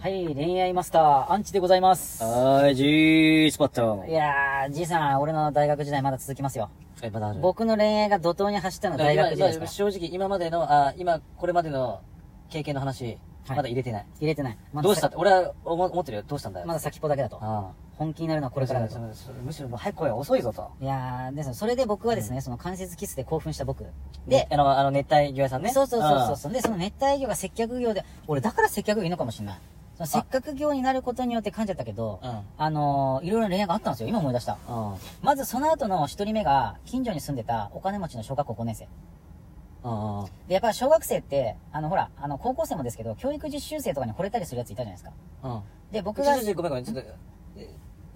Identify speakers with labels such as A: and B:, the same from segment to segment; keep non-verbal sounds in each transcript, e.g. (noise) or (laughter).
A: はい、恋愛マスター、アンチでございます。
B: はーい、ジースポット
A: い。やー、じいさん、俺の大学時代まだ続きますよ。
B: え、まだある。
A: 僕の恋愛が怒涛に走ったのは
B: だか
A: 大
B: ら今
A: 学時代ですか
B: 今
A: ら。
B: 正直、今までの、あ、今、これまでの経験の話、
A: はい
B: まだ入れてない。
A: 入れてない。まだ
B: どうしたって、俺は思思ってるよ。どうしたんだよ。
A: まだ先っぽだけだと。
B: ああ。
A: 本気になるのはこ
B: これ
A: れか
B: か
A: ら
B: ら
A: だ
B: だ
A: と。
B: とむしろ、早く来い、遅いぞと。
A: いやー、ですねそれで僕はですね、その関節キスで興奮した僕。
B: で
A: で、、
B: あの、あの、熱帯魚屋さんね。
A: そうそうそうそうそう。で、その熱帯魚が接客業で、俺だから接客業いいのかもしれない。その接客業になることによって感じゃったけど、
B: うん。うん。
A: あのー、いろいろ恋愛があったんですよ。今思い出した。
B: うん。
A: まずその後の一人目が、近所に住んでたお金持ちの小学校5年生。
B: うん。うん。
A: で、やっぱ小学生って、あの、ほら、あの、高校生もですけど、教育実習生とかに惚れたりするやついたじゃないですか。
B: うん。
A: で、僕
B: 僕
A: が
B: が、、ごめんごめん、ちょっと、え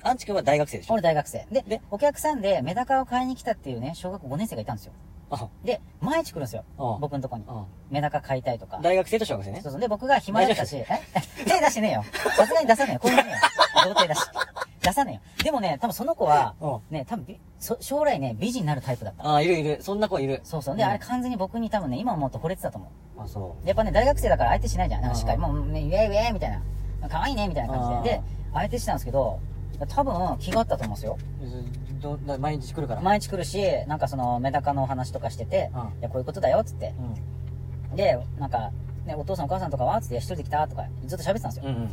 B: アンチ君は大学生でしょ
A: 俺大学生。で、
B: で
A: お客さんでメダカを買いに来たっていうね、小学校5年生がいたんですよ。
B: あ、
A: で、毎日来るんですよ。
B: うん
A: 僕のとこに。
B: う
A: メダカ買いたいとか
B: ん。。大学生と小学生ね
A: そ。うそう。で、僕が暇だったし、え (laughs) 手出してねえよ。さすがに出さねえよ。こういうのねえよ。童貞だし。出さねえよ。でもね、多分その子は
B: うん、
A: ね、多分びそ将来ね、美人になるタイプだった。
B: ああ、いるいる。そんな子いる。
A: そうそう。で、
B: うん
A: あれ完全に僕に多分ね、今思うと惚れてたと思う。
B: あ、そ
A: やっぱね、大学生だから相手しないじゃん。なんかしっかり、
B: うん
A: もう、ね、ウェイウェイみたいな。可愛いね、みたいな感じで。
B: う
A: で、相手してたんですけど、多分気があったと思うんですよ。
B: う。ど、な毎日来るから。
A: 毎日来るし、なんかその、メダカのお話とかしてて、
B: うん
A: いや、こういうことだよ、つって。
B: うん。
A: で、なんか、ね、お父さんお母さんとかはつって、一人で来たとか、ずっと喋ってたんですよ。
B: うん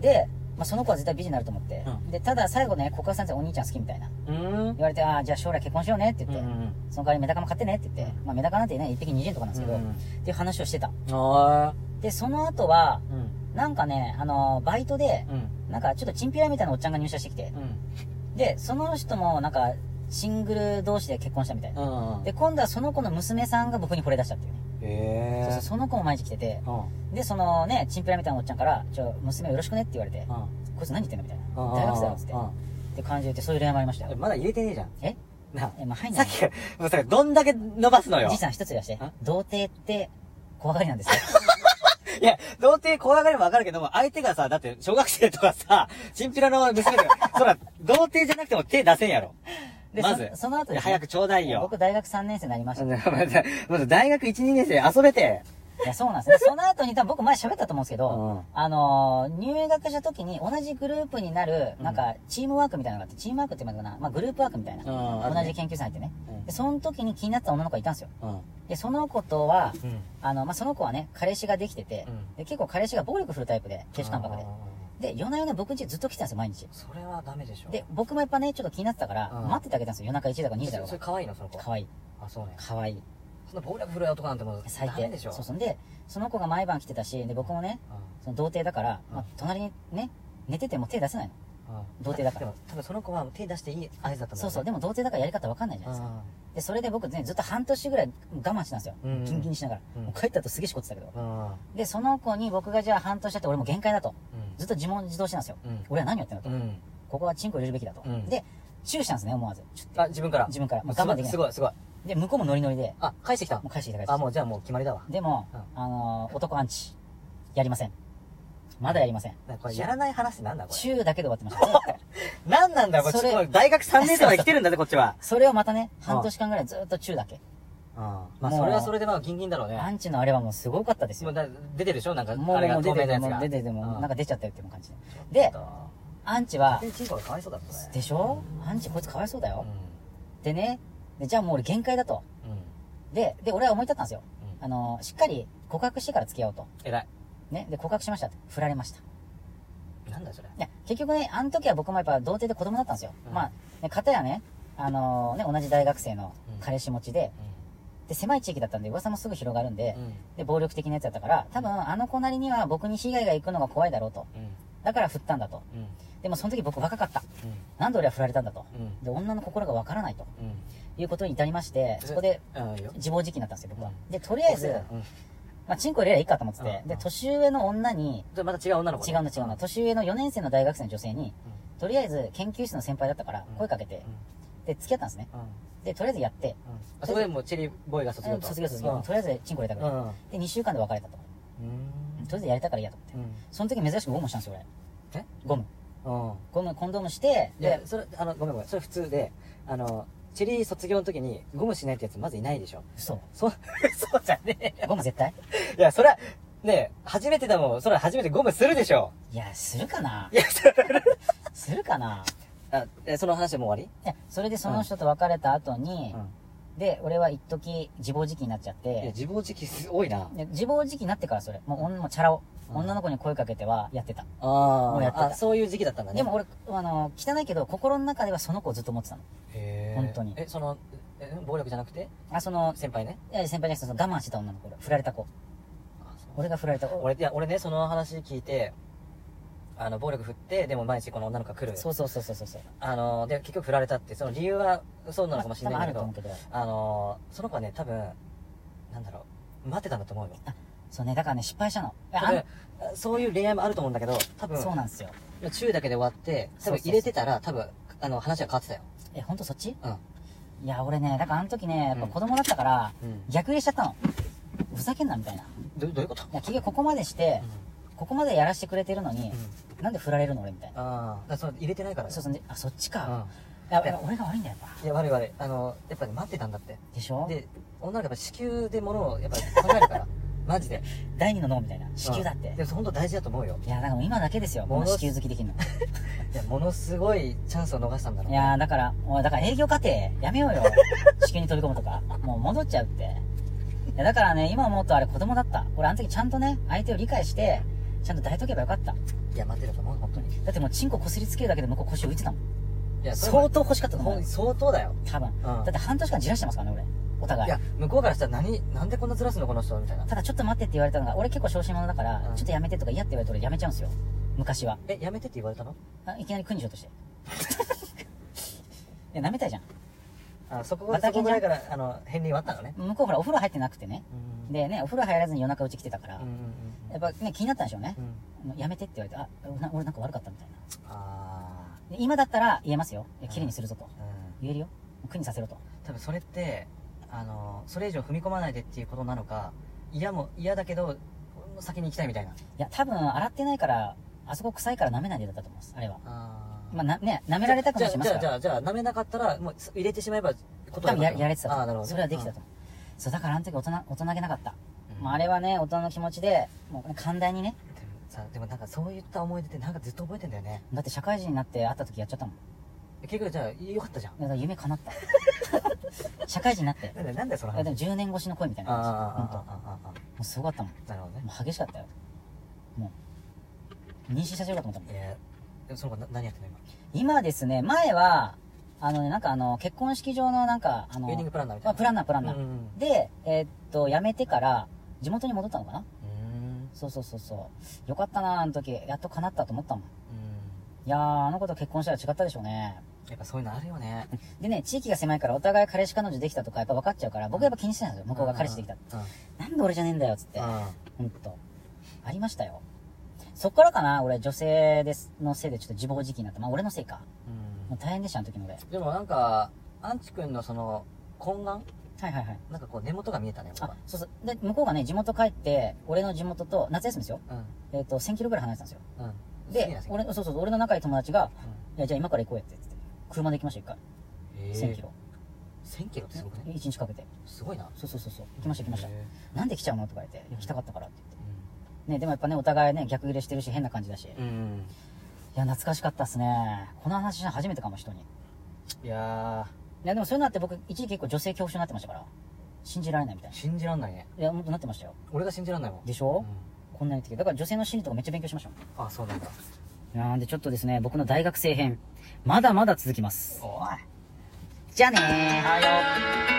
A: で、まあ、その子は絶対美人になると思って。
B: うん
A: で、ただ最後ね、告白されてお兄ちゃん好きみたいな。
B: うん。うん
A: 言われて、ああ、じゃあ将来結婚しようねって言って、
B: うん
A: その代わりメダカも買ってねって言って、まあ、メダカなんてね、一匹20円とかなんですけど、
B: うん
A: っていう話をしてた。
B: ああ。
A: で、その後は、
B: うん。
A: なんかね、あのバイトで、
B: うん。
A: なんかちょっとチンピラみたいなおっちゃんが入社してきて
B: う、ん。
A: で、その人もなんかシングル同士で結婚したみたいな。
B: うん。
A: で、今度はその子の娘さんが僕に惚れ出したっていうね。そうそ
B: へえ
A: う、。その子も毎日来てて、
B: うん。
A: で、そのね、チンピラみたいなおっちゃんから、ちょ、娘よろしくねって言われて、
B: うん。
A: こいつ何言ってんのみたいな。
B: うん
A: 大学生だっつって。っ
B: う
A: て感じで言って、そういう恋愛もありました
B: ん
A: よ。
B: まだ入れてねえじゃん。
A: え
B: な
A: え、まあ、入ん
B: さ
A: な
B: っ
A: い。
B: き、もうそれ、どんだけ伸ばすのよ
A: じい。さん一つ言わして
B: ん、
A: 童貞って怖がりなんですよ。
B: いや、童貞怖がりもわかるけども、相手がさ、だって、小学生とかさ、チンピラの娘で、そら、童貞じゃなくても手出せんやろ。
A: で、
B: まず
A: そ、その後
B: い
A: で
B: や
A: すね
B: 早くちょうだいよ。
A: 僕大学3年生になりました。い
B: まず大学1、2年生遊べて。
A: や、そうなんですね。その後に多分僕前喋ったと思うんですけど、
B: うん
A: あのー入学した時に同じグループになる、
B: うん
A: なんか、チームワークみたいなのがあって、チームワークって言うのかな、まあ、グループワークみたいな。
B: うんあるね
A: 同じ研究室入ってね。
B: うん
A: で、その時に気になってた女の子がいたんですよ。
B: うん。
A: で、その子とは、
B: うん。
A: あの、まあ、その子はね、彼氏ができてて、
B: うん
A: で結構彼氏が暴力振るタイプで、亭主関白で。で、夜な夜な僕ん家ずっと来てたんですよ、毎日。
B: それはダメでしょ。
A: で、僕もやっぱね、ちょっと気になってたから、
B: うん
A: 待っててあげたんですよ。夜中1時だか2時だ
B: そ
A: か
B: れ可愛いの、その子。
A: かわいい。
B: あ、そうね。
A: かわいい。
B: そんな暴力振るう男なんてもう、
A: 最
B: ダ
A: 低
B: メ。でしょ。
A: そうそう。で、その子が毎晩来てたし、で、僕もね、その童貞だから、
B: うん
A: まあ、隣にね、寝てても手出せないの。
B: うん。うん
A: 童貞だから
B: でも、多分その子は手出していい合図だったんだよね
A: そうそう、でも童貞だからやり方わかんないじゃないですか。で、それで僕ね、ずっと半年ぐらい我慢してたんですよ。
B: うんうん
A: ギンギンにしながら。
B: うん
A: もう帰った後すげえしこってたけど。
B: うん。うん。
A: で、その子に僕がじゃあ半年経って俺もう限界だと。ずっと自問自答してたんですよ。
B: うん
A: 俺は何やってんだ
B: う
A: と。
B: ん。
A: ここはチンコ入れるべきだと。
B: うん
A: で、チューしたんですね、思わず。ちょっと
B: あ、自分から
A: 自分から。もう
B: すご
A: 我慢
B: い
A: できない。
B: すごい、すごい。
A: で、向こうもノリノリで、
B: あ、返してきた
A: もう返していただいて。
B: あ、もうじゃあもう決まりだわ。
A: でも、
B: う
A: あのー男アンチ。やりません。まだやりません。
B: なんかこれやらない話ってなんだこれ。
A: チューだけで終わってました。
B: なんなんだよ、こっ
A: そ
B: ち。
A: れ
B: これ大学3年生まで来てるんだぜ、こっちは。
A: (laughs) (laughs) それをまたね、
B: あ
A: 半年間ぐらいずっとチューだけ。
B: うん。ま
A: も
B: あ
A: う
B: それはそれでまあギンギンだろう
A: ア
B: ね。
A: ンチのあれはもうすごかったです
B: も
A: よ
B: う。だ出てるでしょなんか、
A: もう
B: あれ
A: も
B: が
A: う
B: 透
A: 出
B: 明
A: てて、
B: なやつ
A: も
B: が。
A: う出てて、もうなん
B: か、
A: か出ちゃったよっていう感じで。で、アンチは、
B: で、チンコがかわいそうだったね。
A: でしょアンチこいつかわいそうだ
B: う
A: よ
B: ん。。
A: でね、でじゃあもう俺限界だと。
B: うん。
A: で、で、俺は思い立ったんですよ
B: う。ん
A: あのー、しっかり告白してから付き合おうと。
B: 偉い。
A: ね、で、告白しましたって。振られました。
B: なんだよそれ。
A: いや、結局ね、あの時は僕もやっぱ童貞で子供だったんですよ。
B: うん
A: まあ、ね、片やね、あのーね、同じ大学生の彼氏持ちで、で、狭い地域だったんで噂もすぐ広がるんで、
B: うん。うん。
A: で、暴力的なやつだったから、多分あの子なりには僕に被害が行くのが怖いだろうと。だから振ったんだと。
B: うん。
A: でもその時僕若かった。
B: うん。
A: なんで俺は振られたんだと。
B: うん
A: で、女の心がわからないと
B: うん。
A: いうことに至りまして、
B: うん。
A: そこで
B: うん、いいよ。
A: 自暴自棄になったんですよ、僕は
B: う。
A: で、とりあえず、
B: うん。
A: まあ、チンコ入れりゃいいかと思ってて
B: う、ん
A: で、年上の女に、
B: でまた違う女の子
A: 違
B: ね。
A: うの違うの、年上の4年生の大学生の女性に、
B: うん。
A: とりあえず研究室の先輩だったから
B: うん
A: 声かけて、で、付き合ったんですね。
B: うん。うん。
A: で、とりあえずやって、
B: あそこでもうチェリーボーイが卒業と
A: 卒業卒業、とりあえずチンコ入れたから
B: うん。
A: い。で、2週間で別れたと。と
B: うん
A: りあえずやれたからいいやと思って。その時珍しくゴムしたんですよ、俺。
B: え
A: ゴム。
B: うん。
A: ゴム、コンドームして、
B: いや
A: で、、
B: それ、あの、ごめんごめん。それ普通で、あの、チェリー卒業の時にゴムしないってやつまずいないでしょ。
A: 嘘。
B: そ、そうじゃねえよ。
A: ゴム絶対
B: いや、それは、ねえ、初めてだもん、そら初めてゴムするでしょ。
A: いや、するかない
B: や、それ
A: するかな
B: あ、えその話はもう終
A: いや、それでその人と別れた後に、
B: わり
A: で、俺は一時自暴自棄になっちゃっ
B: いや、
A: て、
B: 自暴自棄す多いな。
A: で自暴自棄になってからそれ、もう女もうチャラ男、
B: うん
A: 女の子に声かけてはやってた。
B: あ
A: もうやってた
B: ああ、そういう時期だったんだね。
A: でも、俺、あの、汚いけど、心の中ではその子をずっと思ってたの。
B: へー
A: 本当に
B: え、その、え暴力じゃなくて
A: あ、その、
B: 先輩ね。
A: いや先輩じゃなくて、その我慢してた女の子、俺振られた子。俺が振られた子。
B: 俺、いや、俺ね、その話聞いて、あの、暴力振って、でも毎日この女の子が来る。
A: そうそうそうそうそうそう。
B: あの、で、結局振られたって、その理由はそうなのかもしれ
A: まあ
B: ないけ
A: 多分
B: ど
A: ある、と思うけど。
B: あの、その子はね、多分、なんだろう、待ってたんだと思うよ。
A: そうね、だからね、失敗したの。いや
B: 多分そういう恋愛もあると思うんだけど、多
A: あん
B: 分、
A: そうなんですよ。
B: 注意だけで終わって、多
A: そうそう
B: 分
A: そう
B: 入れてたら、多分、あの、話は変わってたよ。
A: え、ほんとそっち
B: うん。
A: いや、俺ね、だからあの時ね、やっぱ
B: うん
A: 子供だったから、
B: うん。
A: 逆入れしちゃったの。ふざけんな、みたいな。い
B: どどういうこと
A: や、結局ここまでして、ここまでやらしてくれてるのに、
B: う
A: なんで振られるの俺みたい
B: ん。
A: な。
B: ああ、だからその入れてないからね
A: そうそう、であ、そっち
B: うん
A: か。いや、いや俺が悪いんだよ、やっぱ。
B: いや、悪い悪い。あの、やっぱり待ってたんだって。
A: でしょ
B: で、女の子やっぱ子宮で物をやっぱり考えるから。マジで。
A: 第二の脳みたいな。子宮だって。
B: うん
A: い
B: でも本当大事だと思うよ。
A: や、だからもう今だけですよ。こ
B: も
A: の
B: の
A: 子宮好きできるの。
B: いや、ものすごいチャンスを逃したんだろう。
A: いやー、だから、おい、だから営業課程、やめよう
B: (laughs)
A: よ。子宮に飛び込むとか。もう戻っちゃうって。いや、だからね、今思うとあれ子供だった。俺あの時ちゃんとね、相手を理解して、ちゃんと抱いとけばよかった。
B: いや、待ってたと思う、本当に。い
A: だってもうチンコ擦りつけるだけで向こう腰浮いてたもん。
B: や、
A: 相
B: 当
A: 当欲しかったと思うよ。
B: 相当だよ。
A: 多分。
B: だ
A: だって半年間じらしてますからね、俺。お互
B: い
A: い
B: や。、向こうからしたら何、なんでこんなずらすのこの人みたいな。
A: ただちょっと待ってって言われたのが、俺結構小心者だから、
B: うん
A: ちょっとやめてとか嫌って言われたら俺やめちゃうんですよ。昔は。
B: え、やめてって言われたの
A: あいきなり苦にしようとして。い (laughs) や、舐めたいじゃん。
B: あ、そこ
A: ま
B: が、
A: た
B: そこぐらいから、あの、返礼はあったのね。
A: 向こうほら、お風呂入ってなくてね。
B: うん
A: でね、お風呂入らずに夜中うち来てたから、
B: うんうんうん
A: やっぱね、気になったんでしょうね
B: う。ん。
A: やめてって言われて、あ、な俺なんか悪かったみたいな。
B: あ
A: で今だったら言えますよ。いや綺麗にするぞと。
B: ー。うん。
A: 言えるよ。苦にさせろと。
B: 多分それってあのそれ以上踏み込まないでっていうことなのか嫌も嫌だけど先に行きたいみたいない
A: や、多分洗ってないから、あそこ臭いから舐めないでだったと思うんです。あれは。
B: あ
A: まあ、な、ね、舐められたくもしますから。
B: じゃあじゃあじゃあじゃあ舐めなかったらもう入れてしまえばこと
A: 多分や
B: よかったの
A: やれてたと
B: あ
A: 思
B: あ
A: う
B: なるほどね
A: それはできたと思う、そうだからあの時大人大人げなかった、
B: うん
A: まあ、あれはね大人の気持ちでもう寛大にね
B: うんでもさでもなんかそういった思い出ってなんかずっと覚えてんだよね
A: だって社会人になって会った時やっちゃったもん
B: 結局じゃあよかったじゃん
A: だから夢叶った (laughs) 社会人になって
B: なんでなんでその
A: いや
B: 話
A: で
B: あ
A: も10年越しの恋みたい
B: あ
A: な
B: あ
A: 感じ
B: あ
A: 本当も
B: ああああ
A: うすごかったもん
B: なるほどね
A: もう激しかったよもう妊娠させようかと思ったもん
B: いやでもその子な何やってんの
A: 今ですね前はあのねなんかあの結婚式場のなんかあの
B: 今ウェディングプランナーみた
A: まあ
B: いな
A: プランナープランナー、
B: うんうん
A: でえーっと辞めてから地元に戻ったのかな
B: うん
A: そうそうそうそう。よかったな、あの時。やっと叶ったと思ったもん。
B: うん
A: いやー、あの子と結婚したら違ったでしょうね。
B: やっぱそういうのあるよね
A: でね、地域が狭いからお互い彼氏彼女できたとかやっぱ分かっちゃうから、僕はやっぱ気にしてたんですよ。向こうが彼氏できたって。
B: うんうん
A: なんで俺じゃねえんだよ、つって。
B: うん
A: ほんと。ありましたよ。そっからかな、俺女性です、のせいでちょっと自暴自棄になった。まあ俺のせいか。
B: うん
A: もう大変でした、あの時の俺。は
B: でもなんか、アンチ君のその、懇願
A: いはいはい。
B: なんかこう根元が見えたね、僕
A: あ
B: は。、
A: そうそう。で、向こうがね、地元帰って、俺の地元と、夏休みですよ。
B: うん。
A: えっ、と、1000キロぐらい離れてたんですよ。
B: うん。すげえ
A: で
B: な、
A: 俺、、そうそうそう、俺の仲いい友達が、
B: うん
A: いや、じゃあ今から行こうやって、つって。車で行きました、一回。
B: えー
A: 1000キロ。
B: 1000キロってすごくね。
A: 一日かけて。
B: すごいな。
A: そうそうそうそう。行きました行きました
B: へ。
A: なんで来ちゃうのとか言って。いや来たかったからって言って。
B: ー
A: ね、でもやっぱね、お互いね、逆入れしてるし、変な感じだし。い
B: うん。うん
A: や、懐かしかったっすね。この話し初めてかも、人に。い
B: いや
A: や、でもそういうのあって僕、一時結構女性恐怖症になってましたから。信じられないみたい
B: ー、
A: な。
B: 信じらんないね。
A: いや、ほんとなってましたよ。
B: 俺が信じらんないもん。
A: でし
B: う
A: ょ、
B: ん
A: こんなに言ってきてだから女性の心理とかめっちゃ勉強しましたも
B: あ、そうなんだ。
A: ん。なんでちょっとですね、僕の大学生編、まだまだ続きます。
B: おい。
A: じゃあねー。
B: はよう。